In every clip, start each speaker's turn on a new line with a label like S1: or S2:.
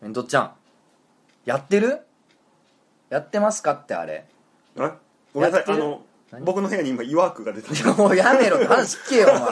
S1: メントちゃんやってるやってますかってあれ
S2: あごめんなさ
S1: やっ
S2: いあ
S1: てる
S2: の
S1: 何
S2: 僕の部屋に今湯ワークが出た
S1: いやもうやめろって話聞けよお前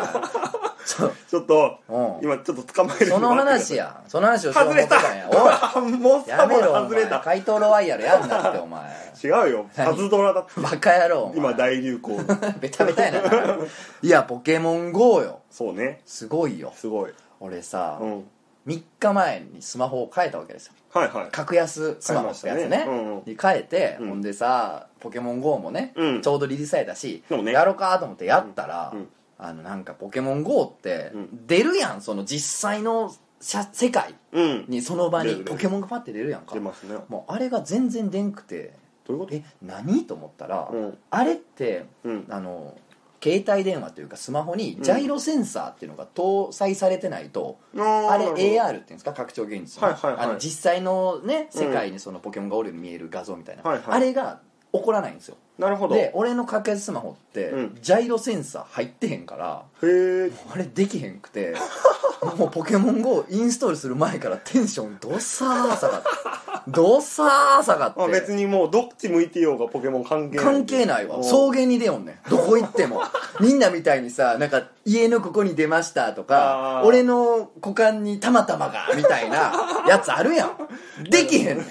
S1: そ
S2: ちょっと
S1: うん
S2: 今ちょっと捕まえる
S1: その話
S2: や
S1: やその話をしようと
S2: 外
S1: 思
S2: れ
S1: ってた
S2: た
S1: んやおい
S2: もう
S1: やめろお
S2: 外れ
S1: 前
S2: た
S1: 怪盗ロワイヤルやんなってお前
S2: 違うよ
S1: 何
S2: パズドラだって
S1: バカ野郎お前
S2: 今大流行
S1: ベタベタやないやポケモン GO よ
S2: そうね
S1: すごいよ
S2: すごい
S1: 俺さ、
S2: うん
S1: 3日前にスマホを変えたわけですよ
S2: はいはい
S1: 格安スマホってやつ
S2: 買いまし
S1: ね
S2: たねうんうん
S1: に変えて、
S2: うん
S1: ほんでさ「ポケモン GO」もね、
S2: うん
S1: ちょうどリリースされたし、
S2: そうね
S1: やろうかと思ってやったら、
S2: うんうん
S1: あのなんか「ポケモン GO」って
S2: うん
S1: 出るやんその実際の社世界
S2: うん
S1: にその場
S2: 出
S1: に
S2: る出る
S1: ポケモンがパッて出るやんか
S2: 出ますね
S1: もうあれが全然出んくて
S2: どういうこと
S1: え何と思ったら、
S2: うん
S1: あれって
S2: うん
S1: あの携帯電話というかスマホにジャイロセンサーっていうのが搭載されてないと、
S2: あ
S1: あれ AR っていうんですか拡張現実の,、
S2: はいはいは
S1: あ
S2: い
S1: の実際のね世界にそのポケモンがおるように見える画像みたいな、
S2: はいはい
S1: あれが起こらないんですよ
S2: なるほど
S1: で
S2: へ
S1: 俺の格安スマホって、
S2: うん
S1: ジャイロセンサー入ってへんから
S2: え
S1: あれできへんく てもう「ポケモン GO」インストールする前からテンションどさー下がってどさー下がって
S2: あ別にもうどっち向いてようがポケモン関係ない
S1: 関係ないわ
S2: お
S1: 草原に出よんね んどこ行ってもみんなみたいにさなんか家のここに出ましたとか
S2: あー
S1: 俺の股間にたまたまがみたいなやつあるやんできへんね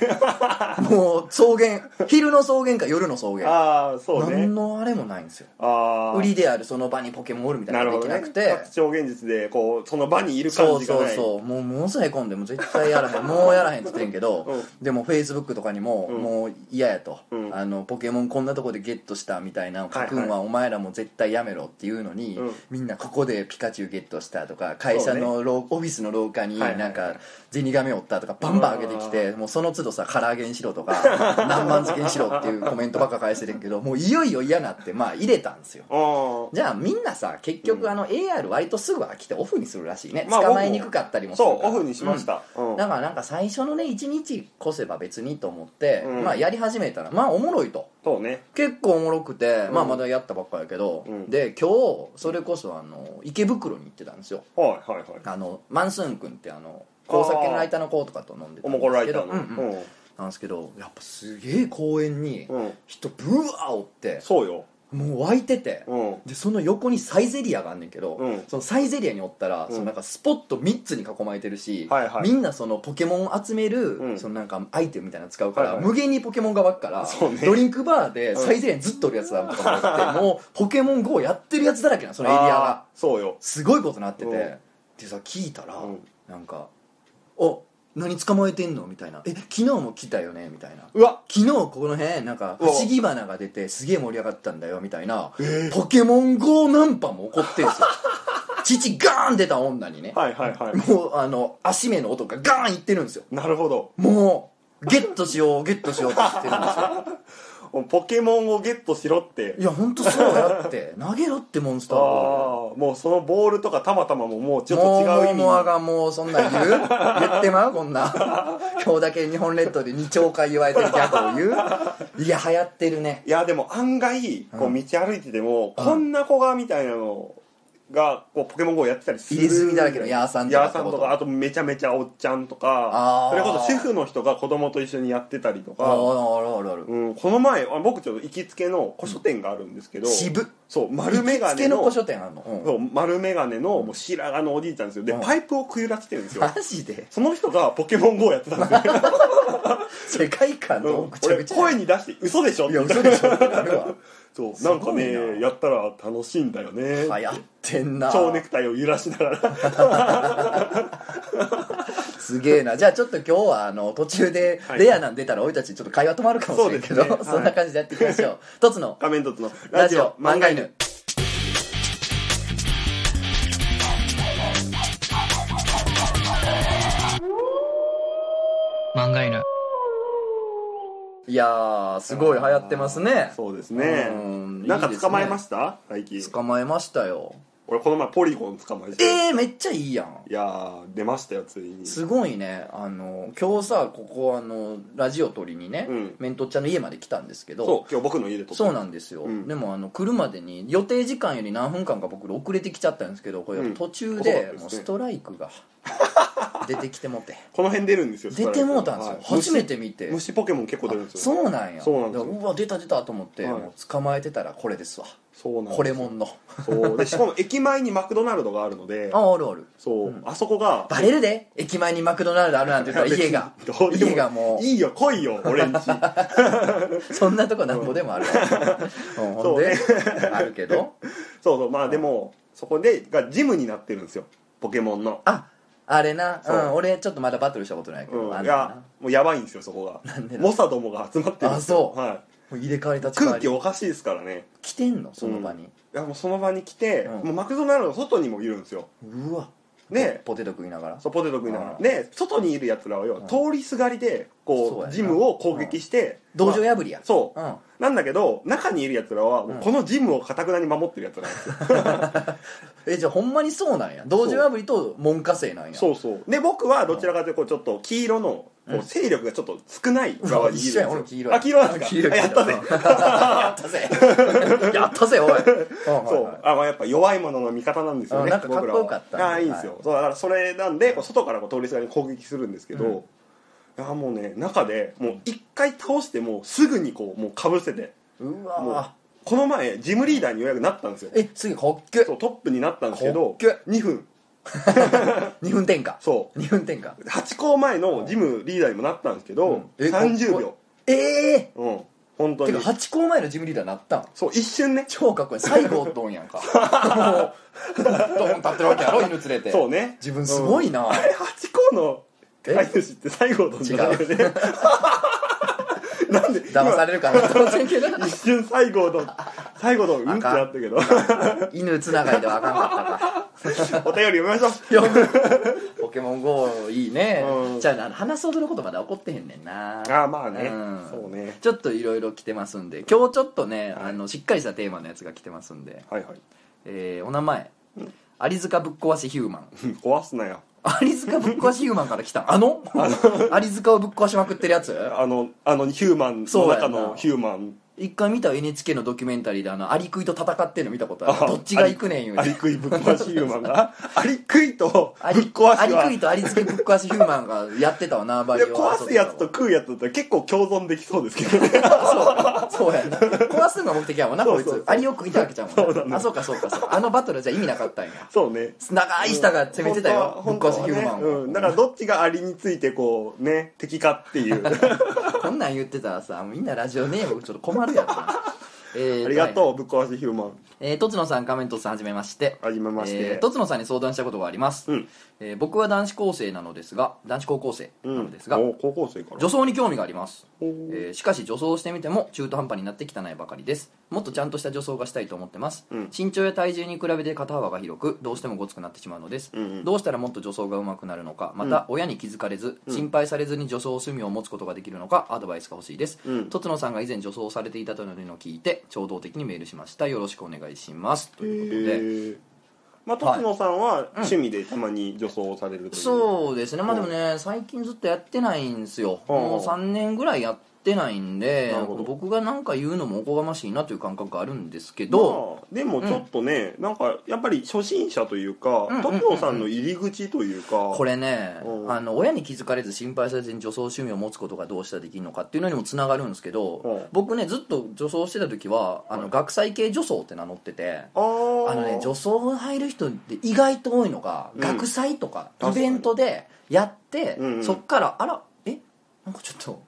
S1: ん もう草原昼の草原か夜の草原、
S2: ああそうね
S1: 何のあれもないんですよ
S2: ああ
S1: 売りであるその場にポケモンおるみたいな
S2: なる
S1: のが
S2: ほ
S1: でき
S2: どね
S1: なくて、
S2: 拡張現実でこうその場にいる
S1: そ
S2: 感
S1: う
S2: じ
S1: そ
S2: が
S1: う
S2: ない
S1: そうもうものすごいへこんでもう絶対やら へんもうやらへんって言ってんけど、
S2: うん
S1: でもフェイスブックとかにも、
S2: うん
S1: もう嫌やと、
S2: うん
S1: あのポケモンこんなとこでゲットしたみたいなの書くん
S2: はいは
S1: はお前らも絶対やめろっていうのに、
S2: うん
S1: みんなここでピカチュウゲットしたとか会社の廊、オフィスの廊下に
S2: はいはい
S1: なんか銭亀おったとかバンバン上げてきてもうその都度さ唐揚げにしろとか 何万漬けにしろっていうコメントばっか返してるけどもういよいよ嫌なってまあ入れたんですよ
S2: あ
S1: じゃあみんなさ結局あの AR 割とすぐは来てオフにするらしいね、
S2: まあ
S1: 捕まえにくかったり
S2: あ
S1: もする
S2: そ
S1: か
S2: う
S1: ら
S2: オフにしまし、た、う
S1: うんんだからなんか最初のね1日越せば別にと思って、
S2: うん
S1: まあやり始めたらまあおもろいと
S2: そうね
S1: 結構おもろくて、
S2: うん
S1: まあまだやったばっかやけど、
S2: うん
S1: で今日それこそあの池袋に行ってたんですよ
S2: はいはいはい
S1: あのマンスーン君ってあの工作系のライターの子とかと飲んでた
S2: お
S1: ん
S2: も
S1: で
S2: こラ
S1: す
S2: イ
S1: け
S2: タ
S1: ど
S2: ーの
S1: うんうんなんですけどやっぱすげえ公園に
S2: うん、うん、
S1: 人ブワーおって
S2: そうよ
S1: もう湧いてて、
S2: うん
S1: でその横にサイゼリアがあんねんけど、
S2: うん
S1: そのサイゼリアにおったら、
S2: うん
S1: そのなんかスポット3つに囲まれてるし、
S2: はいはい
S1: みんなそのポケモン集める、
S2: うん
S1: そのなんかアイテムみたいなの使うから、
S2: はいはい
S1: 無限にポケモンが湧くから、
S2: そうね
S1: ドリンクバーでサイゼリアにずっとおるやつだとか思っ て、もうポケモン GO やってるやつだらけなのそのエリアが
S2: あーそうよ
S1: すごいことになってて、
S2: うん
S1: でさ聞いたら、
S2: うん
S1: なんか「お何捕まえてんの?」みたいな「え昨日も来たよね?」みたいな
S2: うわ
S1: 昨日ここの辺なんか
S2: う
S1: 不
S2: わ
S1: 思議花が出てすげえ盛り上がったんだよみたいな
S2: え
S1: ポケモン GO ナンパも起こってん すよ父ガーン出た女にね
S2: はいはいはい
S1: もうあの足目の音がガーンいってるんですよ
S2: なるほど
S1: もうゲットしようゲットしようって言ってるん ですよ
S2: ポケモンをゲットしろって
S1: いや本当そうやって投げろってモンス
S2: あ
S1: ターボール
S2: あもうそのボールとかたまたまももうちょっ
S1: も
S2: と
S1: う
S2: 違う意味
S1: モア
S2: に
S1: がもうそんなん言う言ってまうこんな今日だけ日本列島で2兆回言われてるギャグを言ういや流行ってるね
S2: いやでも案外こ
S1: うん
S2: う道歩いてても、
S1: うん
S2: こんな子がみたいなのがこうポケモン GO やってたりする
S1: 入れ墨だらけのヤーさんと
S2: ヤ
S1: かっ
S2: ー
S1: て
S2: さ
S1: こと
S2: んとかあとめちゃめちゃおっちゃんとか
S1: あー
S2: それこそシェフの人が子供と一緒にやってたりと
S1: あ
S2: か、
S1: あるあるある
S2: うん、この前あ僕ちょっと行きつけの古書店があるんですけど、
S1: 渋
S2: そう丸眼
S1: 行きつけ
S2: 鏡
S1: の
S2: の
S1: 古書店あんのうん
S2: そう丸眼鏡のもう白髪のおじいちゃんですよで
S1: うん
S2: パイプをくゆらせてるんですよ
S1: マジで
S2: その人がポケモン GO やってたんですよ、
S1: 世界観
S2: う
S1: の
S2: ん
S1: ぐちゃ
S2: 俺
S1: ぐちゃ
S2: 声に出して嘘でしょ
S1: いや嘘でしょってなるわ
S2: そう
S1: すご
S2: ないん
S1: な
S2: かねやったら楽しいんだよね
S1: 流行ってんな
S2: 蝶ネクタイを揺らしなが ら
S1: すげえなじゃあちょっと今日はあの途中で
S2: はい
S1: レアなん出たら俺たちちょっと会話止まるかもしれんけど
S2: そう
S1: そ,、
S2: ですね
S1: んな感じでやっていきましょう一つの
S2: 仮面凸の
S1: ラジオ漫画犬
S3: 漫画犬
S1: いやーすごい流行ってますね
S2: そうですね
S1: うん
S2: なんか
S1: いいですね
S2: 捕まえました最近
S1: 捕まえましたよ
S2: 俺この前ポリゴン捕まえて
S1: えー、めっちゃいいやん
S2: いやー出ましたよついに
S1: すごいねあの今日さここあのラジオ撮りにね、
S2: うん
S1: メントっちゃんの家まで来たんですけど
S2: そう今日僕の家で撮った
S1: そうなんですよ、
S2: うん
S1: でもあの来るまでに予定時間より何分間か僕遅れてきちゃったんですけどこれ
S2: うん
S1: 途中で
S2: 遅かったですね
S1: もうストライクが出てきてもて
S2: この辺出るんですよ
S1: 出てもうたんですよ、
S2: はい
S1: 初めて見て
S2: 虫虫ポケモン結構出るんですよ
S1: そうなんや
S2: そうなんです
S1: だ
S2: よ
S1: からうわ出た出たと思って、
S2: はい
S1: もう捕まえてたらこれですわ
S2: そうなんです
S1: これもんの
S2: そうでしかも駅前にマクドナルドがあるので
S1: ああるある
S2: そう、
S1: うん
S2: あそこが
S1: バレるで駅前にマクドナルドあるなんて言ったら 家が
S2: どうでも
S1: 家がも
S2: いいよ来いよ 俺んち
S1: うそんなとこなんぼでもあるわ、うん、ほんで、あるけど
S2: そうそうまあでもそこでがジムになってるんですよポケモンの
S1: ああれな、う、
S2: そうん
S1: 俺ちょっとまだバトルしたことないけ
S2: う
S1: ど、
S2: ん
S1: あん、
S2: い
S1: な
S2: やもうやばいんですよそこが
S1: なんでだ
S2: 猛者どもが集まってるんですよ
S1: あそう
S2: はい、
S1: もう入れ替わり立ち替わ
S2: 空
S1: り
S2: 気おかしいですからね
S1: 来てんのその場に、
S2: いやもうその場に来て、
S1: うん
S2: もうマクドナルドの外にもいるんですよ
S1: うわ
S2: ね
S1: ポテト食いながら
S2: そうポテト食いながら
S1: うん
S2: で外にいるやつらはよ、
S1: うん
S2: 通りすがりで
S1: そう
S2: こ
S1: や
S2: う
S1: な
S2: ジムを攻撃して、
S1: 道場
S2: まあ
S1: 破りや、
S2: そうう、
S1: ん、
S2: なんだけど中にいるやつらは、
S1: うん
S2: このジムをかたくなに守ってるやつらなん ですよ
S1: えじゃあほんまにそうなんや道場破りと門下生なんや
S2: そうそうで僕はどちらかというとこうちょっと黄色のこう
S1: うん
S2: 勢力がちょっと少ない側にいるん
S1: 一緒
S2: です
S1: や俺
S2: よ
S1: も黄色や
S2: あ黄色なんですか
S1: 黄色
S2: あやったぜ
S1: やったぜ やったぜおい
S2: そ
S1: そう
S2: あまあやっぱ弱い者の味方なんですよ
S1: うん
S2: ね
S1: なんかかっこよかった
S2: 僕らはああいいんですよ、
S1: は
S2: そうだからそれなんでこう外からこう通りすがりに攻撃するんですけど、
S1: うん
S2: いやもうね中でもう一回倒してもうすぐにこうもうかぶせて
S1: う
S2: もう
S1: わ
S2: この前ジムリーダーにようやくなったんですよ
S1: ーえすげえかっけ
S2: そうトップになったんです
S1: か
S2: け
S1: っ
S2: ど
S1: け
S2: 2分
S1: 2分転下
S2: そ
S1: 2分転下
S2: う8校前のジムリーダーにもなったんですけど、
S1: うんえ
S2: 30秒
S1: ええ
S2: うん本当
S1: て
S2: に
S1: か8校前のジムリーダーなったん
S2: そう一瞬ね
S1: 超かっこいい西郷ドンやんかもうドン立ってるわけやろ犬連れて
S2: そうね
S1: 自分すごいな
S2: あれ八校の
S1: え
S2: 飼い主って最後の人だよね なんで
S1: 騙されるかなと思ってんけど
S2: 今一瞬最後の最後のうんってなったけど お
S1: 犬つながりではあかんかったか
S2: 便り読みましょう
S1: 読むポケモン GO いいね、
S2: うん
S1: じゃああの話そうとのことまだ起こってへんねんな
S2: ああまあね
S1: うん
S2: そうね
S1: ちょっといろいろ来てますんで今日ちょっとね、
S2: はい
S1: あのしっかりしたテーマのやつが来てますんで、
S2: はいはい
S1: えーお名前有塚ぶっ壊しヒューマン
S2: 壊すなよ
S1: 有塚ぶっ壊しヒューマンから来たんあの有塚をぶっ壊しまくってるやつ
S2: あのあのヒューマン
S1: そ
S2: の
S1: うやな
S2: 中のヒューマン
S1: 一回見た NHK のドキュメンタリーであのアリクイと戦ってんの見たことあ
S2: あ
S1: るどっちが行くねん言う
S2: ア
S1: て
S2: リクイぶっ壊しヒューマンがアリクイとぶっ
S1: アリ
S2: 壊し
S1: ア
S2: は
S1: リクイとアリ付けぶっ壊しヒューマンがやってたわなバ
S2: い
S1: リ
S2: や
S1: を
S2: 壊すやつと食うやつだったら結構共存できそうですけどね
S1: そうやな壊すのが目的やもんなこい
S2: そうそう
S1: つ
S2: そう
S1: アリを食いたいわけちゃうもんなあそうかそうかそうかあのバトルじゃ意味なかったんや
S2: そうね
S1: 長い舌が攻めてたよぶっ
S2: 本当
S1: 壊
S2: は
S1: しヒューマン
S2: 本当はねうん、だ
S1: を
S2: からどっちがアリについてこうね敵かっ ていう
S1: こんなん言ってたらさみんなラジオネームちょっと困るやろなえー
S2: ありがとう、
S1: はい
S2: ぶっ壊しヒューマン
S1: えーとつのさん仮面とつさんはじめまして
S2: はじめまして
S1: えーとつのさんに相談したことがあります、
S2: うん
S1: えー僕は男子高生なのですが男子高校生なのですが、
S2: お高校生から
S1: 女装に興味があります、え
S2: おー
S1: ーしかし女装をしてみても中途半端になって汚いばかりですもっとちゃんとした女装がしたいと思ってます、
S2: うん
S1: 身長や体重に比べて肩幅が広くどうしてもごつくなってしまうのです、
S2: うんうん
S1: どうしたらもっと女装が上手くなるのかまた親に気づかれず、心配されずに女装趣味を持つことができるのかアドバイスが欲しいです、
S2: うん
S1: とつのさんが以前女装をされていたというのを聞いて衝動的にメールしましたよろしくお願いしますということで、
S2: へーまあ時野さんは趣味でたまに女装をされるという、
S1: そうですねまあでもね、最近ずっとやってないんですよ、
S2: うん
S1: もう3年ぐらいやってないんで
S2: なるほど
S1: 僕が何か言うのもおこがましいなという感覚があるんですけど、
S2: まあでもちょっとね、なんかやっぱり初心者という
S1: う
S2: か
S1: んうんうんうん
S2: 時野さんの入り口というか
S1: これね、
S2: うん
S1: あの親に気づかれず心配されずに女装趣味を持つことがどうしたらできるのかっていうのにもつながるんですけど、
S2: うん
S1: 僕ねずっと女装してた時はあの、学祭系女装って名乗ってて
S2: あー
S1: あのね女装入る人って意外と多いのが、
S2: うん
S1: 学祭とかイ
S2: 確かに
S1: ベントでやって、
S2: うんうん
S1: そっからあらえなんかちょっとか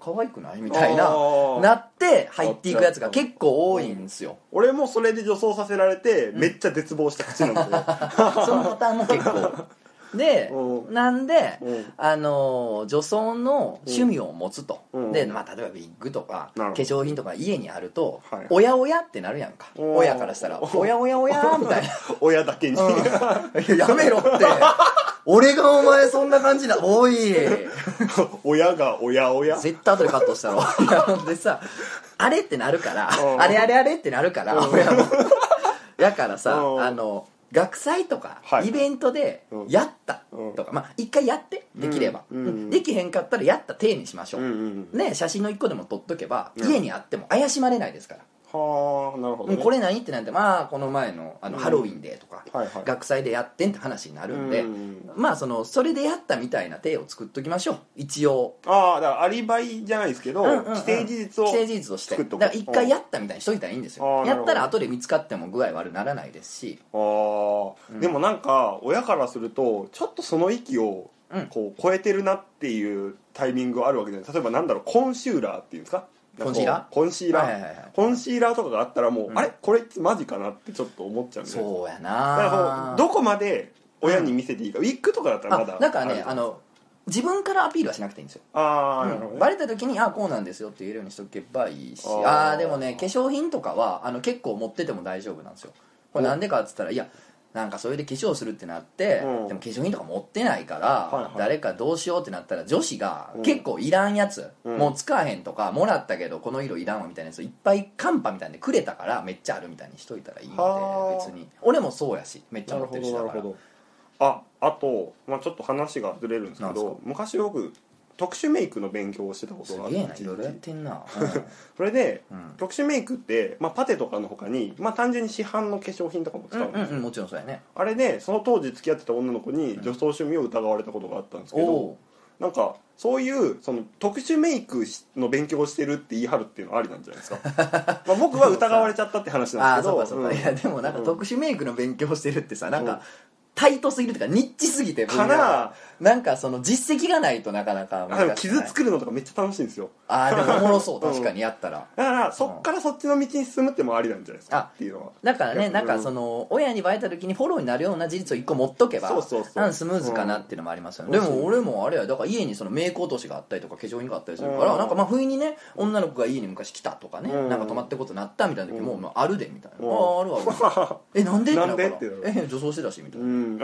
S1: 可愛くないみたい
S2: あ
S1: な
S2: ー
S1: なって入っていくやつが結構多いんですよ、
S2: 俺もそれで女装させられて、めっちゃ絶望した口なんですよ、
S1: そのパターンも結構で
S2: う
S1: なんで、
S2: うん
S1: あのー女装の趣味を持つと、
S2: うん
S1: で、まあ、例えばビッグとか化
S2: なるほど
S1: 粧品とか家にあると、
S2: はい
S1: おやおやってなるやんか
S2: おー
S1: 親からしたらおやおやおやみたいな
S2: 親だけに、
S1: うん、 やめろ って俺がお前そんな感じなおい絶
S2: 親が親親
S1: 対後でカットしたろ いやでさあれってなるから
S2: うん
S1: あれあれあれってなるから
S2: うん
S1: 親もやからさ
S2: うん
S1: あの学祭とか
S2: はい
S1: イベントで
S2: うん
S1: やったとかまあ一回やってできれば
S2: うんうん
S1: できへんかったらやった体にしましょ
S2: うんう
S1: うん
S2: うん
S1: ね写真の一個でも撮っとけば
S2: うん
S1: 家にあっても怪しまれないですから
S2: はあなるほど、
S1: うん
S2: ね、
S1: これ何ってなんてまあこの前のあの
S2: うん
S1: ハロウィンでとか、
S2: はいはい
S1: 学祭でやってんって話になるんで、
S2: うん
S1: まあそのそれでやったみたいな体を作っときましょう一応
S2: ああだからアリバイじゃないですけど、
S1: うんうんうん
S2: 既成事実を
S1: 既成事実として
S2: 作っと
S1: だ
S2: こう
S1: から一回やったみたいにしといたらいいんです
S2: あ
S1: よ
S2: ーなる
S1: や
S2: ほ
S1: っ
S2: ど
S1: たら後で見つかっても具合悪ならないですし
S2: あー、でもなんか親からするとちょっとその域を
S1: うん
S2: こう超えてるなっていうタイミングがあるわけじゃない例えばなんだろうコンシューラーっていうんですかなんかこう
S1: コンシーラー
S2: コンシーラ
S1: は
S2: ー、
S1: いはいはいはい
S2: コンシーラーとかがあったらもう、
S1: うん
S2: あれこれマジかなってちょっと思っちゃうんで
S1: そうや
S2: だから
S1: な
S2: こうどこまで親に見せていいか、ウィッグとかだったらまだ
S1: あだからね
S2: る
S1: あの自分からアピールはしなくていいんですよ、
S2: あー
S1: う
S2: なるほど
S1: ん、
S2: ね
S1: バレた時に「あこうなんですよ」って言えるようにしとけばいいし
S2: あー
S1: ああーでもね化粧品とかはあの結構持ってても大丈夫なんですよこれなんでかっつったらいやなんかそれで化粧するってなって、
S2: うん
S1: でも化粧品とか持ってないから、
S2: はいはい
S1: 誰かどうしようってなったら女子が
S2: うん
S1: 結構いらんやつ、
S2: うん
S1: もう使わへんとかもらったけどこの色いらんわみたいなやつをいっぱいカンパみたいなんでくれたからめっちゃあるみたいにしといたらいいんで
S2: はー
S1: 別に俺もそうやしめっちゃ
S2: な
S1: 持
S2: る
S1: って
S2: ほ
S1: るし
S2: ど
S1: だ
S2: なる
S1: から
S2: ほどああと、まあ、ちょっと話がずれるんですけ
S1: なんですか
S2: ど昔僕特殊メイクの勉強をしてたこと
S1: す
S2: があっ
S1: げえ
S2: て
S1: な
S2: 一
S1: い
S2: 時
S1: ろいろやってんな、うん
S2: それで
S1: うん
S2: 特殊メイクって、まあ、パテとかの他に、まあ、単純に市販の化粧品とかも使うんですよ、
S1: もちろんそうやね
S2: あれでその当時付き合ってた女の子に女装趣味を疑われたことがあったんですけど、
S1: う
S2: なんかそういうその特殊メイクしの勉強をしてるって言い張るっていうのはありなんじゃないですか まあ僕は疑われちゃったって
S1: あ
S2: 話なん
S1: あ
S2: ですけ
S1: そう
S2: ど
S1: かそうか、
S2: うん
S1: いやでもなんか特殊メイクの勉強してるってさなん
S2: うん
S1: かタイトすぎるというかニッチすぎて
S2: か
S1: 分野
S2: ら
S1: がなんかその実績がないとなかなか
S2: あでも
S1: 難しい
S2: 傷作るのとかめっちゃ楽しいんですよ
S1: ああでもおもろそう
S2: うん
S1: 確かにやったら、
S2: だからそっからそっちの道に進むってもありなんじゃないですか
S1: あ
S2: っていうのは
S1: だから
S2: う
S1: ね
S2: ん
S1: なんかその親にバレた時にフォローになるような事実を一個持っとけば
S2: そうそうそう
S1: なんスムーズかなっていうのもありますよね、
S2: うん
S1: でも俺もあれやだから家にそのメイク落としがあったりとか化粧品があったりするから、
S2: うん
S1: なんかまあ不意にね女の子が家に昔来たとかね、
S2: うん
S1: なんか泊まってことになったみたいな時も、
S2: うん
S1: もうあるでみたいな、
S2: うん
S1: あああるある えなんで
S2: なんで
S1: ってなるか
S2: っ
S1: らえ女装してたしみたいうな、
S2: ん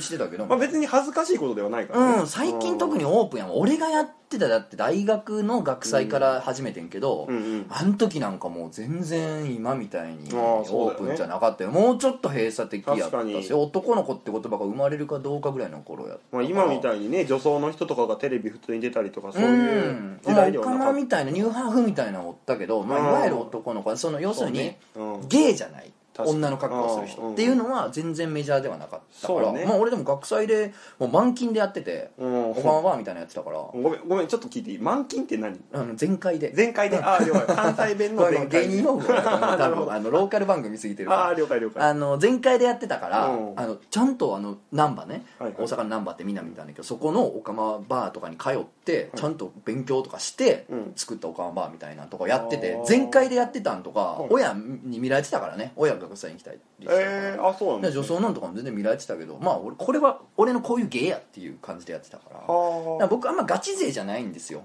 S1: してたけど
S2: まあ別に恥ずかしいことではないからね、
S1: うん最近特にオープンやもん俺がやってただって大学の学祭から始めてんけど、
S2: うんうん
S1: あん時なんかもう全然今みたいに
S2: あ
S1: オ
S2: ーそう
S1: ー
S2: だよね
S1: プンじゃなかったよもうちょっと閉鎖的やっ
S2: 確か
S1: た
S2: に
S1: し男の子って言葉が生まれるかどうかぐらいの頃やった
S2: まあ、今み
S1: い
S2: たいにね女装の人とかがテレビ普通に出たりとかそう
S1: う
S2: いうん時代では
S1: オ
S2: な
S1: カマ
S2: かった、
S1: みたいなニューハーフみたいなのおったけど、まあ、
S2: うん
S1: いわゆる男の子その要するに、
S2: そうねうん
S1: ゲイじゃない
S2: 確かに
S1: 女の格好をする
S2: うん
S1: 人
S2: うんうん
S1: っていうのは全然メジャーではなかったか
S2: そ
S1: ら、
S2: うね
S1: まあ、俺でも学祭でもう満勤でやってて
S2: うん
S1: おばんはみたいなやってたから
S2: ごめんごめんちょっと聞いていい満金って何
S1: あの全開で
S2: 前回で、ああ了解関西弁
S1: こ
S2: の
S1: れ
S2: 前
S1: も
S2: 回
S1: 芸人用語だと 思う多分あのローカル番組見すぎてるから
S2: ああ了解了解
S1: あの全開でやってたから、
S2: うん
S1: あのちゃんとあの難波ね、
S2: はいはい
S1: 大阪の難波ってみんな見たんだけどそこのオカマバーとかに通ってちゃんと勉強とかして、
S2: うん
S1: 作ったオカマバーみたいなとかやってて
S2: あー
S1: 全開でやってたんとか、
S2: はい
S1: 親に見られてたからね親が学生に来たりしてたから、
S2: えー、あそうなん
S1: で
S2: だ
S1: 女装なんとかも全然見られてたけどまあ俺これは俺のこういう芸やっていう感じでやってたからだか
S2: は
S1: ら僕あんまガチ勢じゃないんですよ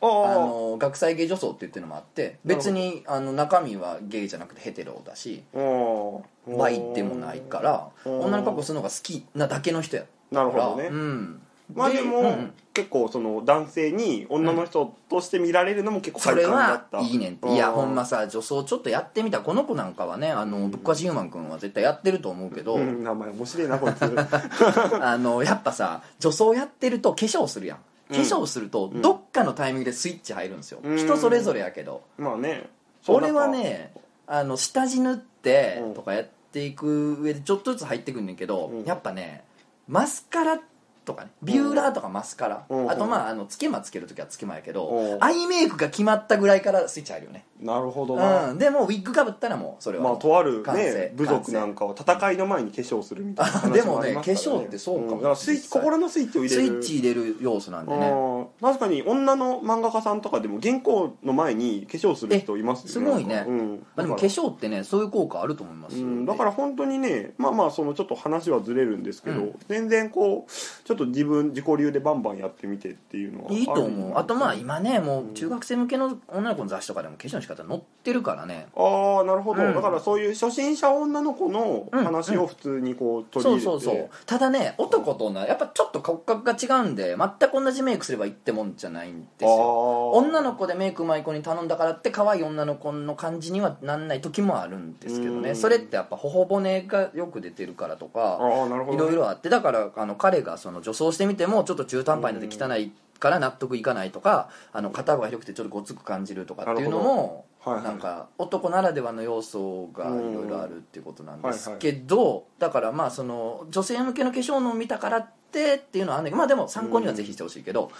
S2: ああ
S1: あ
S2: ー
S1: の学祭芸女装って言ってるのもあって
S2: なるほど
S1: 別にあの中身はゲイじゃなくてヘテロだし
S2: うん
S1: バイでもないから
S2: うん
S1: 女の格好するのが好きなだけの人や
S2: なる
S1: か
S2: ほ
S1: ら
S2: どね
S1: うん
S2: まあでも、
S1: うんうん
S2: 結構その男性に女の人として見られるのも結構
S1: そ
S2: 快
S1: れ
S2: 感だっ
S1: は
S2: た
S1: いいねんっていやほんまさ女装ちょっとやってみたこの子なんかはねあのぶっ壊しヒューマン君は絶対やってると思うけど、
S2: うん、名前面白いなこいつは
S1: あのやっぱさ女装やってると化粧するやん
S2: うん
S1: 化粧するとどっかのタイミングでスイッチ入るんですよ、
S2: うん
S1: 人それぞれやけど
S2: まあねそう
S1: 俺はねあの下地塗って
S2: うん
S1: とかやっていく上でちょっとずつ入ってくんねんけど、
S2: うん
S1: やっぱねマスカラとかねビューラーとかマスカラ、
S2: うん
S1: あとまああのつけまつける時はつけまやけど、
S2: うん
S1: アイメイクが決まったぐらいからスイッチ入るよね、
S2: なるほどな、
S1: うん、でもうウィッグかぶったらもうそれは
S2: ま
S1: も
S2: あ
S1: う、
S2: とある
S1: 完成
S2: ね部族なんかは戦いの前に化粧するみたいな話
S1: あでもね
S2: ありますか
S1: 化
S2: ら
S1: 粧ってそうかも
S2: んだからスイッチ
S1: 実際
S2: 心のスイッチを入
S1: ス
S2: れ
S1: イ
S2: る
S1: ッチ入れる要素なんでね
S2: あー確かに女の漫画家さんとかでも原稿の前に化粧する人いますよ
S1: えすごいね
S2: なんかうん、
S1: まあ、でも化
S2: だか
S1: 粧ってねそういう効果あると思いま
S2: ら
S1: す
S2: う
S1: よ
S2: ん、だから本当にねまあまあそのちょっと話はずれるんですけど、
S1: うん
S2: 全然こうちょっと自分自己流でバンバンやってみてっていうのはい
S1: いと思うあとまあ
S2: あ
S1: 今ねもう中学生向けの女の子の雑誌とかでも化粧の仕方載ってるからね
S2: あーなるほど、
S1: うん
S2: だからそういう初心者女の子の話を普通にこう取り
S1: そう
S2: 入れて、
S1: そうそうただね男と女やっぱちょっと骨格が違うんで全く同じメイクすればいいってもんじゃないんですよ女
S2: 女
S1: の子でメイクうまい子に頼んだからって可愛い女の子の感じにはなんない時もあるんですけど
S2: う
S1: ね
S2: ん
S1: それってやっぱ頬骨がよく出てるからとか
S2: ああなるほどね、
S1: いろいろあってだからあの彼がその女装してみてもちょっと中途半端になって汚いから納得いかないとかあの肩が広くてちょっとごつく感じるとかっていうのも
S2: はいはい
S1: なんか男ならではの要素がいろいろあるっていうことなんです
S2: うん
S1: けど、だからまあその女性向けの化粧のを見たからってっていうのはあんねんけどまあでも参考にはぜひしてほしいけど、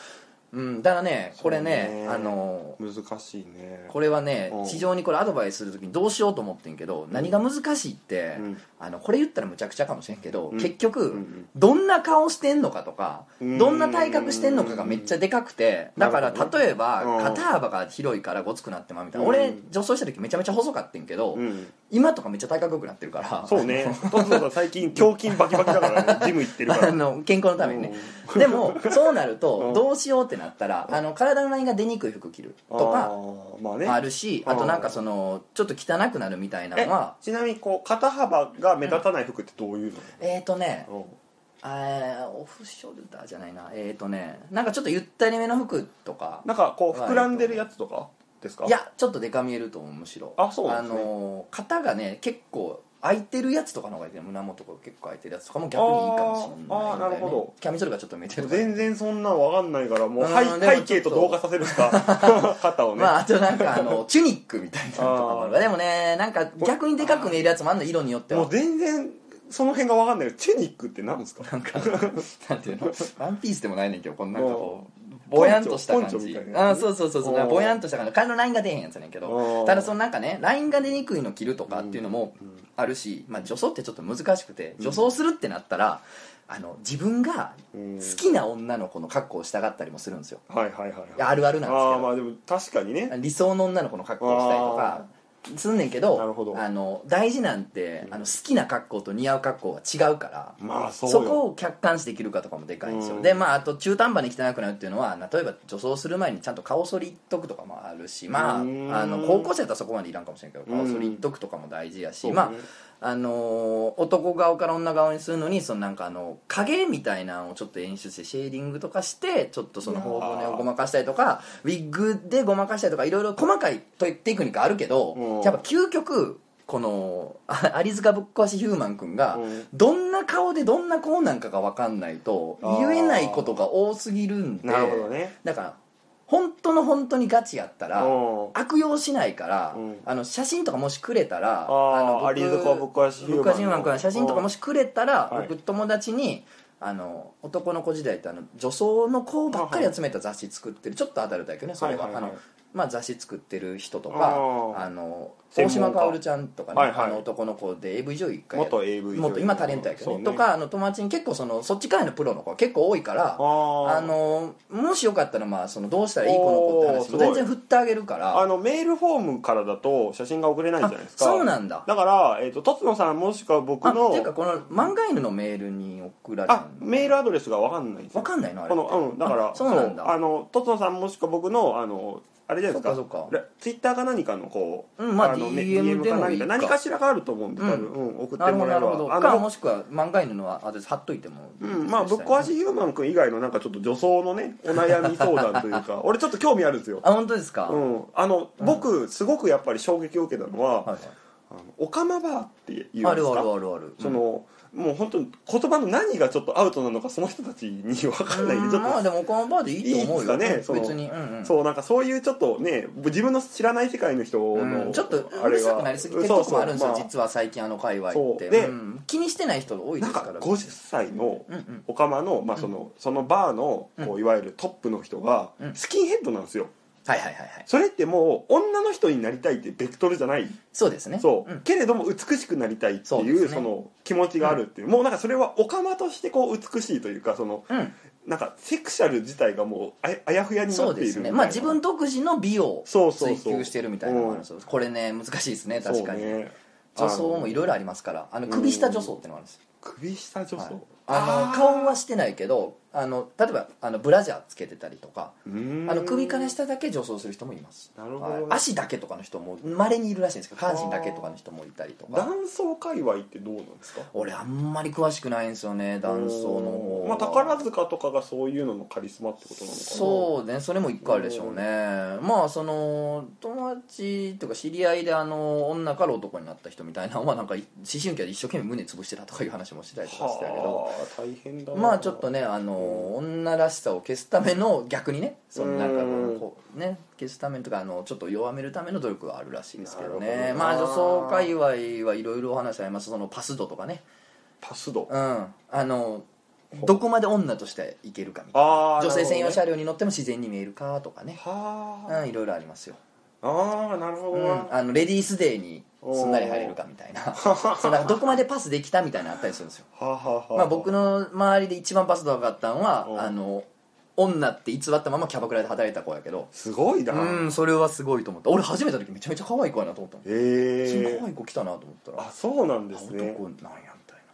S1: うんだからねこれね
S2: そうね
S1: あの
S2: 難しいね
S1: これはね
S2: うん
S1: 非常にこれアドバイスする時にどうしようと思ってんけど何が難しいって、
S2: うん
S1: あのこれ言ったらむちゃくちゃかもしれんけど、
S2: うん
S1: 結局、
S2: うんうん
S1: どんな顔してんのかとか
S2: うん
S1: どんな体格してんのかがめっちゃでかくてだから
S2: なるほど
S1: 例えば
S2: うん
S1: 肩幅が広いからごつくなってまうみたいな
S2: うん
S1: 俺女装した時めちゃめちゃ細かってんけど
S2: うん
S1: 今とかめっちゃ体格良くなってるから
S2: そうねトツノさん最近胸筋バキバキ だからねジム行ってるか
S1: あ
S2: ら
S1: の健康のためにねでもそうなる
S2: う
S1: と
S2: ん
S1: どうしようってなったらあの体のラインが出にくい服着る
S2: うん
S1: と
S2: あ
S1: か
S2: ーまあね
S1: あるし
S2: うん
S1: あとなんかそのちょっと汚くなるみたいな
S2: え
S1: のは
S2: ちなみにこう肩幅が目立たない服ってどういうの、
S1: えっとね
S2: うん
S1: あーオフショルダーじゃないなえっとねなんかちょっとゆったりめの服とか
S2: なんかこう膨らんでるやつとかですか
S1: いやちょっとデカ見えると思うむしろ
S2: あそうなんですね
S1: あのー型がね結構開いてるやつとかの方がいいけど胸元とか結構開いてるやつとかも逆にいいかもしれないんだよね、
S2: あーあーなるほど
S1: キャミソールがちょっと見えてるとか
S2: 全然そんなわかんないからもう
S1: うん
S2: 背
S1: でもちょっと
S2: 背景と同化させる しか肩をね、
S1: まああとなんかあのチュニックみたいなのとかもあるからでもねなんか逆にでかく見えるやつもあんの色によって
S2: もう
S1: は
S2: 全然その辺がわかんないけどチェニックって何ですか
S1: なんかなんていうの ワンピースでもないねんけどこんなんかこうぼやんとした感
S2: ポンチョみ
S1: じ
S2: たいなや
S1: あ
S2: つ
S1: そうそうそうそうなんかぼやんとした感じ体のラインが出へんやつやねんけ
S2: う
S1: ど
S2: ん
S1: ただそのなんかねラインが出にくいの着るとかっていうのもあるし、まあ、女装ってちょっと難しくて女装するってなったら、あの自分が
S2: うん
S1: 好きな女の子の格好をしたがったりもするんですよ
S2: はいはいはいはい
S1: いやあるあるなんですけ
S2: ああ
S1: ど
S2: まあでも確かにね
S1: 理想の女の子の格好をしたりとかすんねんけど
S2: なるほど
S1: あの大事なんてあの好きな格好と似合う格好が違うから、
S2: まあそう
S1: そ
S2: よ
S1: こを客観視できるかとかもでかいんですよ、
S2: うん
S1: でまああと中途半端に汚くなるっていうのは例えば女装する前にちゃんと顔剃りっとくとかもあるしまああ
S2: うん
S1: の高校生だったらそこまでいらんかもしれんけど
S2: うん
S1: 顔剃りっとくとかも大事やし、
S2: そうね
S1: まああのー男顔から女顔にするのにそのなんかあの影みたいなのをちょっと演出してシェーディングとかしてちょっとその頬骨をごまかしたりとかウィッグでごまかしたりとかいろいろ細かいテクニックあるけ
S2: う
S1: ど
S2: ん
S1: やっぱ究極このあアリ塚ぶっ壊しヒューマン君が
S2: うん
S1: どんな顔でどんな子なんかが分かんないと
S2: あー
S1: 言えないことが多すぎるんで
S2: なるほどね
S1: だから本当の本当にガチやったら
S2: うん
S1: 悪用しないから、
S2: うん
S1: あの写真とかもしくれたら
S2: あー
S1: の僕
S2: アリズコぶっ壊しヒューマンの
S1: ぶっ壊しヒューマン君の写真とかもしくれたら、
S2: うんはい
S1: 僕友達にあの男の子時代ってあの女装の子ばっかり集めた雑誌作ってるちょっとアダルトやけどねそれは,、
S2: はいはいはい
S1: あのまあ、雑誌作ってる人と
S2: あ
S1: か
S2: ー
S1: あの大
S2: 専門家
S1: 島かおるちゃんとかね、
S2: はいはい
S1: あの男の子で AV 女優一回やっ
S2: 元 AV
S1: もっと今タレントやけどね
S2: そう
S1: とかあの友達に結構そのそっち界のプロの子が結構多いから
S2: あー
S1: あのもしよかったらまあそのどうしたらいいこの子って
S2: おー
S1: 話
S2: す
S1: も
S2: ごい
S1: 全然振ってあげるから
S2: あのメールフォームからだと写真が送れないじゃないですか
S1: あそうなんだ
S2: だから、えー、ととつのさんもしくは僕
S1: あ
S2: の
S1: っていうかこの漫画犬のメールに送られ
S2: あメー
S1: ル
S2: ルアドレスがわかんないんですよ
S1: わかんないのあれ
S2: このうんだから
S1: あそうなんだ
S2: あのとつのさんもしくは僕のあのあれじゃないですか
S1: そっかそっか
S2: らツイッターか何かのこう、
S1: うんまあ
S2: の
S1: DM でもいいか
S2: 何かしらがあると思うんで多分、
S1: う
S2: うん送っ
S1: な
S2: て
S1: るほ
S2: も
S1: どな
S2: らえ
S1: る
S2: ば
S1: ほど
S2: あ
S1: か
S2: の
S1: もしくは漫画犬のアドレス貼っといても
S2: うん、まあぶっ壊しヒューマン君以外のなんかちょっと女装のねお悩み相談というか 俺ちょっと興味あるんですよ、
S1: あ本当ですか、
S2: う
S1: はい
S2: ん、あの僕すごくやっぱり衝撃を受けたのは、
S1: はい
S2: あのオカマバーっていうんですか
S1: あるあるあるある
S2: その、もう本当に言葉の何がちょっとアウトなのかその人たちに分か
S1: うん
S2: ないんでち
S1: ん
S2: ょっと
S1: まあでもこのバーでいいと思うよ
S2: いいですかね
S1: 別にうんうん
S2: そうなんかそういうちょっとね自分の知らない世界の人の、
S1: うんちょっと
S2: あ
S1: うる
S2: れ
S1: さく
S2: が
S1: なりすぎてるとこもあるんですよ、
S2: そうそうまあ
S1: 実は最近あの界隈って
S2: そうで
S1: うん気にしてない人多いで
S2: なん
S1: す
S2: か
S1: から
S2: 50歳の
S1: うんうん
S2: オカマの,、まあそのそのバーのこういわゆるトップの人が
S1: うん
S2: スキンヘッドなんですよ
S1: はいはいはいはい
S2: それってもう女の人になりたいってベクトルじゃない
S1: そうですね
S2: そう、
S1: ん
S2: けれども美しくなりたいって
S1: そう
S2: い
S1: です
S2: う
S1: ね
S2: その気持ちがあるっていう、もうなんかそれはオカマとしてこう美しいというかその
S1: うん
S2: なんかセクシャル自体がもうあやあやふやにな
S1: そう
S2: っている
S1: で
S2: みた
S1: す
S2: いな
S1: ねまあ自分独自の美を
S2: そうそう
S1: 追
S2: そう
S1: 求してるみたいなのもあるんですよこれね難しいですね確かに、
S2: そうね
S1: 女装もいろいろありますからあの首下女装ってのもあるんですよ
S2: 首下女装、
S1: はいあの顔はしてないけどあの例えばあのブラジャーつけてたりとか
S2: うーん
S1: あの首から下だけ女装する人もいます
S2: なるほどね
S1: はい足だけとかの人もまれにいるらしいんですけど下半身だけとかの人もいたりとか
S2: 男装界隈ってどうなんですか
S1: 俺あんまり詳しくないんですよね男装の方
S2: ま
S1: は
S2: あ、宝塚とかがそういうののカリスマってことなのかな
S1: そうねそれも一個あるでしょうねまあその友達とか知り合いであの女から男になった人みたいなのはなんかい思春期で一生懸命胸潰してたとかいう話もしてたりとかしてたけど
S2: はあ大変だな
S1: まあちょっとねあのの女らしさを消すための逆にねそのなんかこ
S2: う
S1: うんこうね消すためとかあのちょっと弱めるための努力があるらしいですけど
S2: なる
S1: ね
S2: ほどな
S1: まあ女装界隈はいろいろお話ありますそのパス度とかね
S2: パス度
S1: うんあのどこまで女としていけるかみたい
S2: あ
S1: な
S2: あ
S1: 女性専用
S2: 車
S1: 車両に乗っても自然に見えるかとかね
S2: は
S1: うんいろいろありますよ
S2: あああなるほ
S1: う
S2: ど
S1: ん、
S2: な
S1: あのレディースデーにすんなり入れるかみたいな そうなんかどこまでパスできたみたいなのあったりするんですよ、
S2: はあはあはあ
S1: まあ、僕の周りで一番パス度上がったのは
S2: うん
S1: あの女って偽ったままキャバクラで働いた子やけど
S2: すごいうなへ
S1: んそれはすごいと思った俺初めての時めちゃめちゃ可愛い子やなと思ったの
S2: え
S1: 可愛い子来たなと思ったら
S2: あそうなんですね
S1: 男なんやみたいな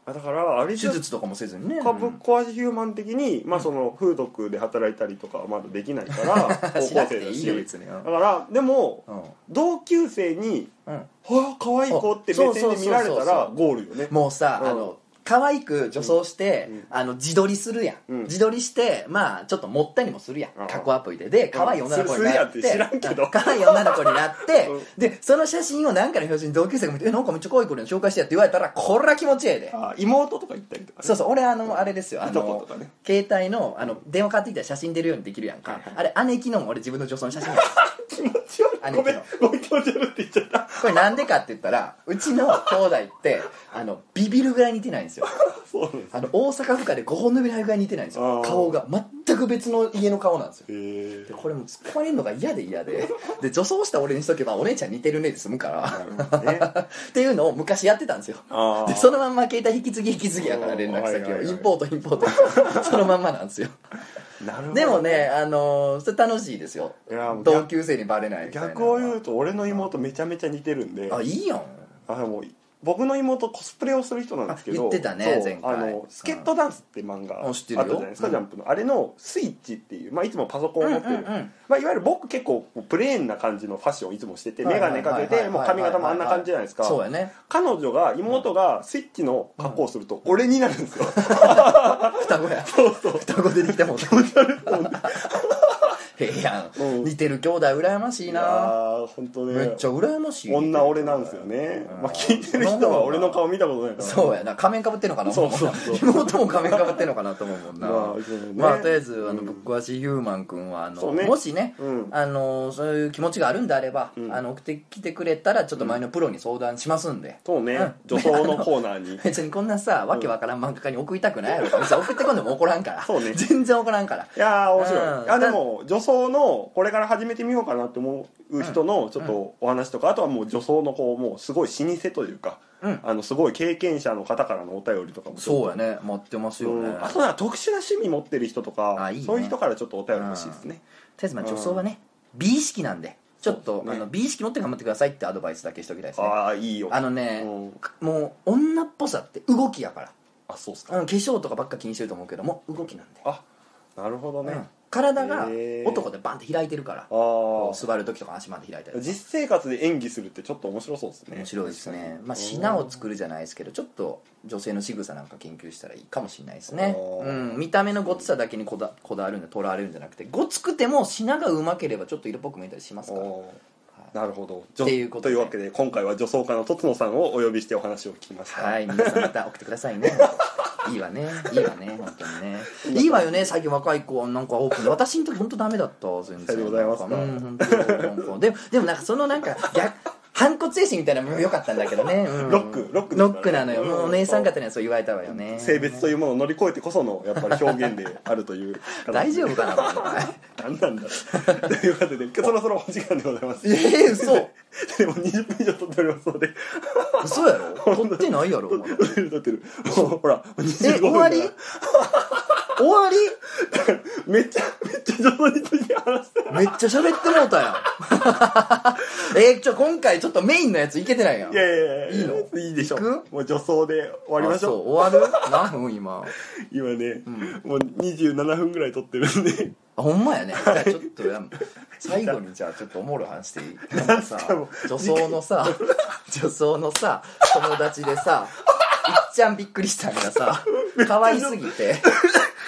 S2: あだからあれ
S1: 手
S2: じゃ
S1: 術とかもせずにね
S2: カブコアヒューマン的に、まあその風俗で働いたりとかはまだできないから
S1: う
S2: 高校
S1: んしなく
S2: 生
S1: て
S2: だ
S1: い
S2: し
S1: いよ別にう
S2: だ
S1: ん
S2: からでも
S1: うん
S2: 同級生に
S1: うん
S2: 「はあ可愛い子」って目線で見ら
S1: そうそ
S2: れた
S1: うそう
S2: ら
S1: そ
S2: ゴールよね
S1: もうさ、
S2: うん
S1: あの可愛く女装して、
S2: うん
S1: あの自撮りするやん、
S2: うん
S1: 自撮りしてまあちょっと盛ったりもするやん、
S2: うん
S1: 過去アプリでで可愛い女の子になって,、
S2: すするやんって知らんけど
S1: 可愛い女の子になって、
S2: うん
S1: でその写真を何かの表紙に同級生が見て「えなんかめっちゃ可愛い子に紹介してや」って言われたらこれは気持ちええで、
S2: あ妹とか行ったりとかね
S1: そうそう俺あのあれですよあ
S2: いとこと
S1: の
S2: かね
S1: 携帯のあの電話買ってきたら写真出るようにできるやんか、あれ姉貴のも俺自分の女装の写真やん
S2: 気持ち悪
S1: あ
S2: い
S1: の
S2: ごめんごめん気持ち悪いって言っちゃった
S1: これなんでかって言ったらうちの兄弟ってあのビビるぐらい似てないんですよ
S2: そうなんです
S1: あの大阪府下で5本の指のぐらい似てないんですよ
S2: あー
S1: 顔が全く別の家の顔なんですよ
S2: へえ
S1: でこれもう突っ込まれるのが嫌 で嫌でで女装した俺にしとけばお姉ちゃん似てるねで済むから
S2: ね
S1: っていうのを昔やってたんですよ
S2: あ
S1: でそのまんま携帯引き継ぎ引き継ぎやから連絡
S2: はい
S1: 先
S2: はい
S1: を
S2: はい
S1: インポートインポートそのまんまなんですよ
S2: あなるほど
S1: でもねあのーそれ楽しいですよ
S2: いやもう逆
S1: 同級生にバレないみたいな
S2: 逆を言うと俺の妹めちゃめちゃ似てるんで
S1: あいいやん
S2: あもう僕の妹コスプレをする人なんですけど
S1: あ言ってたね
S2: そう
S1: 前回
S2: あの「スケットダンス」って漫画
S1: う
S2: あ
S1: ん
S2: っ
S1: 知ったてる
S2: じ
S1: よ
S2: ゃないですか、
S1: うん
S2: ジャンプのあれの「スイッチ」っていう、まあ、いつもパソコンを持ってる、
S1: うんうんうん
S2: まあ、いわゆる僕結構プレーンな感じのファッションをいつもしてて
S1: はい
S2: 眼
S1: はいはい
S2: 鏡かけてもう髪型もあんな感じじゃないですか
S1: そうやね
S2: 彼女が妹がスイッチの格好をすると俺になるんですよ、
S1: 双子やそうそう双子出てきたもん気持ち悪いやん、
S2: うん
S1: 似てる兄弟羨ましい
S2: いや
S1: な
S2: ー本当ね
S1: めっちゃ羨ましい
S2: 女俺なんですよね、
S1: うん
S2: まあ、聞いてる人は俺の顔見たことないから
S1: そうやな仮面かぶってんのかな
S2: そうそうそう
S1: 妹も仮面かぶってんのかなと思うもんな、
S2: ま
S1: ま
S2: あ
S1: あ
S2: そうね
S1: とりあえずあの
S2: うん
S1: ぶっ壊しヒューマン君はあの、
S2: そうね
S1: もしね、
S2: うん
S1: あのそういう気持ちがあるんであれば、
S2: うん
S1: あの送ってきてくれたらちょっと前のプロに相談しますんで、
S2: そうね、
S1: うん
S2: 女装のコーナー に
S1: 別にこんなさわけわからん漫画家に送りたくないやろ別に送ってこんでも怒らんから
S2: そうね
S1: 全然怒らんから
S2: いやー面白い、
S1: うん
S2: いやでも女装のこれから始めてみようかなって思う人のちょっとお話とか、あとはもう女装のこうもうすごい老舗というか、
S1: うん
S2: あのすごい経験者の方からのお便りとかもちょっ
S1: そうやね待ってます
S2: と
S1: よね、
S2: うんあとは特殊な趣味持ってる人とか
S1: あいいね
S2: そういう人からちょっとお便り欲しいですね、
S1: とりあえずまあ女装はね、美意識なんでちょっと、
S2: そうです
S1: あ
S2: ね
S1: の美意識持って頑張ってくださいってアドバイスだけしておきたいですねあ
S2: ああいいよ
S1: のね、
S2: うん
S1: もう女っぽさって動きやから
S2: あそうっすか、
S1: あの化粧とかばっか気にしてると思うけども動きなんで、
S2: あなるほどね、
S1: うん体が
S2: へー
S1: 男でバンって開いてるから
S2: あ
S1: こう座る時とか足まで開いた
S2: あ
S1: り
S2: 実生活で演技するってちょっと面白そうですね
S1: 面白いですね、まあ、
S2: うん
S1: 品を作るじゃないですけどちょっと女性の仕草なんか研究したらいいかもしれないですね、
S2: お
S1: う
S2: ー
S1: ん、見た目のごつさだけにこだこだわるんでとらわれるんじゃなくてごつくても品がうまければちょっと色っぽく見えたりしますから
S2: おーなるほど
S1: っていうことで
S2: いうわけで今回は女装家のとつのさんをお呼びしてお話を聞きました
S1: はい皆さんまた送ってくださ いねいいわねいいわね本当にねいいわよね最近若い子なんか多くて私の時本当ダメだった全然
S2: さようでございますか
S1: うん本当なんかでもでもなんかそのなんか逆反骨精神みたいなのも良かったんだけどね、うん
S2: ロックロックですからね
S1: ロックなのよ、
S2: うん
S1: もうお姉さん方にはそう言われたわよね
S2: 性別というものを乗り越えてこそのやっぱり表現であるという
S1: 大丈夫かなこれ
S2: 何なんだろうということでそろそろお時間でござい ます
S1: えー嘘
S2: でも20分以上撮っておりますので
S1: 嘘やろ取ってないやろお前
S2: 撮ってる撮ってるもうほら
S1: え
S2: 25
S1: 終
S2: 分
S1: わり終わり
S2: めっちゃめっちゃ上手について話してる
S1: めっちゃ喋ってもうた やんえー、ちょ今回ちょっとメインのやついけてないやん
S2: いやいやいや
S1: いいの
S2: いいでしょ
S1: 行
S2: もう女装で終わりまし
S1: あ
S2: ょ
S1: そうう終わる何分今
S2: 今ね、もう27分ぐらい撮ってるんで
S1: あほんまやねじゃあちょっとやん最後にじゃあちょっとおもろい話していいなんか さ
S2: かも
S1: 女装の さ女装のさ友達でさいっちゃんびっくりしたんが さ可愛すぎて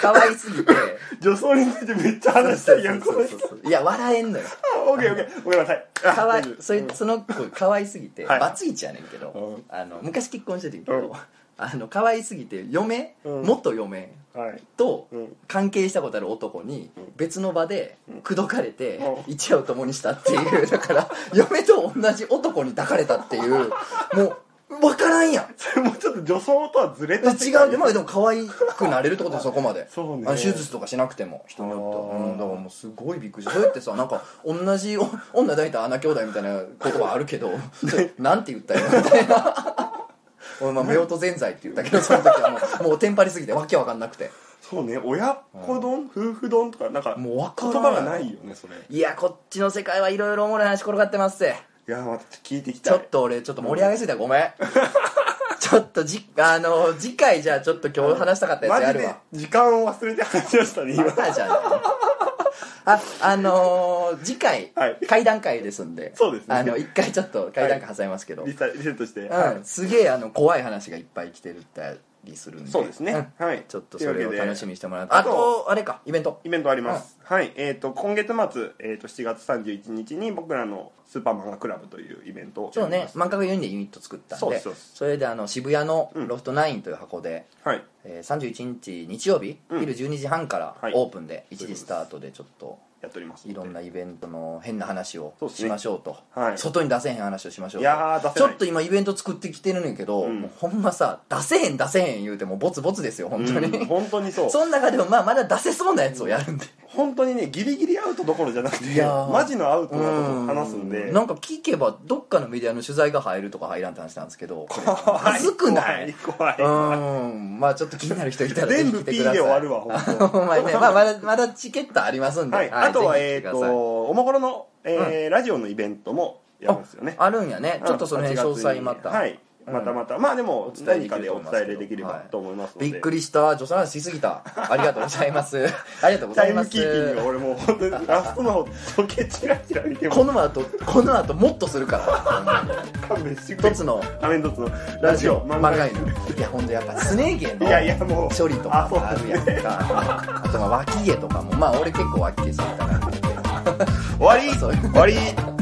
S1: 可愛すぎて
S2: 女装についてめっちゃ話したいやんこ
S1: そうそ
S2: の人
S1: うそうそういや笑えんのよ
S2: オッケーオッケーごめんなさいあ
S1: かわい
S2: 大丈夫
S1: それその子可愛すぎて、
S2: はい
S1: バツイチやねんけど、
S2: うん
S1: あの昔結婚しててんけど、
S2: うん
S1: あの可愛すぎて嫁、
S2: うん
S1: 元嫁
S2: はい
S1: と
S2: うん
S1: 関係したことある男に別の場で口説かれて
S2: う
S1: 一夜を共にしたっていう だから嫁と同じ男に抱かれたっていうもう分からんやん
S2: それもちょっと女装とはずれ
S1: え
S2: た世界
S1: 違うまあでも可愛くなれるって ことでそこまで
S2: そうね
S1: あの手術とかしなくても人によっては
S2: あー
S1: うんだからもうすごいびっくりしたそうやってさなんか同じお女抱いた穴兄弟みたいな言葉ある けどなんて言ったよみたいな 俺まあ夫婦ぜんざいって言ったけどその時はもうもうテンパりすぎてわけわかんなくて
S2: そうね親子丼、夫婦丼とかなんか
S1: もうわか
S2: 言
S1: ら
S2: 葉がないよねそれい
S1: いやこっちの世界はいろいろおもろい話転がってますぜ
S2: やまた聞いていき
S1: ち
S2: た
S1: ょ
S2: い
S1: っと俺ちょっと盛り上げすぎた ごめんちょっとじあの次回じゃあちょっと今日話したかったやつや
S2: マジ
S1: る
S2: で
S1: わ
S2: 時間を忘れて話しましたね今
S1: バカじゃんああのー次回、
S2: はい
S1: 会談会ですんで
S2: そうですね
S1: あの一回ちょっと会談会挟みますけど、
S2: リサリセットして、
S1: うん、すげえあの怖い話がいっぱい来てるったりするんで
S2: そうですね、
S1: うん
S2: はい
S1: ちょっとそれを楽しみ
S2: み
S1: にしてもらう
S2: という
S1: あ
S2: わけで
S1: とあれかイベント
S2: イベントあります、はいえー、と今月末、えー、と7月31日に僕らのスーパーマンガクラブというイベントを
S1: そう
S2: やり
S1: ね
S2: ます
S1: 漫画家4人でユニット作ったんで
S2: そうですそうです
S1: それであの渋谷のロフト9という箱で、
S2: はい
S1: えー31日日曜日、
S2: うん
S1: 昼12時半から
S2: はい
S1: オープンで1
S2: そういうことで
S1: 時ス
S2: す
S1: タートでちょっと
S2: やっておりますの
S1: い
S2: で
S1: ろんなイベントの変な話を
S2: そうです
S1: し
S2: ね
S1: ましょうと
S2: はい
S1: 外に出せへん話をしましょうと
S2: いやー出せ
S1: ち
S2: な
S1: ょ
S2: い
S1: っと今イベント作ってきてるねんやけど、
S2: ん
S1: もうほんまさ出せへん出せへん言うてもうボツボツですよ本当に、
S2: う ん本当にそう
S1: その中でもまあまだ出せそうなやつをやるんで
S2: 本当にねギリギリアウトどころじゃなくて
S1: いやー
S2: マジのアウトなことを話すんで
S1: なんか聞けばどっかのメディアの取材が入るとか入らんって話なんですけどこれまずくない
S2: 怖い怖い
S1: うんまあちょっと気になる人いたらぜひ来
S2: 全部
S1: て
S2: P
S1: く
S2: で
S1: ださい
S2: 終わるわ 本当
S1: ほんまにね、まあ、まだまだチケットありますんで、
S2: はいあとはえっ
S1: ー
S2: とおもころのえーラジオのイベントもやるんですよね
S1: あるんやねちょっとその辺
S2: うん
S1: 詳細また、
S2: はいまたまたまあでも
S1: お伝えで
S2: 何
S1: き
S2: か
S1: る
S2: で
S1: と
S2: お
S1: 思いますけど
S2: 伝えできれば
S1: はい
S2: と思いますので
S1: びっくりした女性の話しすぎたありがとうございます ありがとうござ
S2: タイ
S1: いま
S2: ムキーピング
S1: す
S2: が俺もう本当にラストの方時計チラチラ見て
S1: こ
S2: も
S1: の後この後もっとする から
S2: 勘弁してくれ
S1: 一つの
S2: 仮面一つの
S1: ラ
S2: ラ
S1: ジ
S2: ジ
S1: オ
S2: オ
S1: 漫
S2: 漫
S1: 画
S2: 画
S1: 犬いやほんとやっぱスネーゲ
S2: いやいや
S1: の
S2: もう
S1: 処理とかもあるやんかあ,、とまあ脇毛とかもまあ俺結構脇毛好きだな
S2: 終わり
S1: そういう
S2: 終わり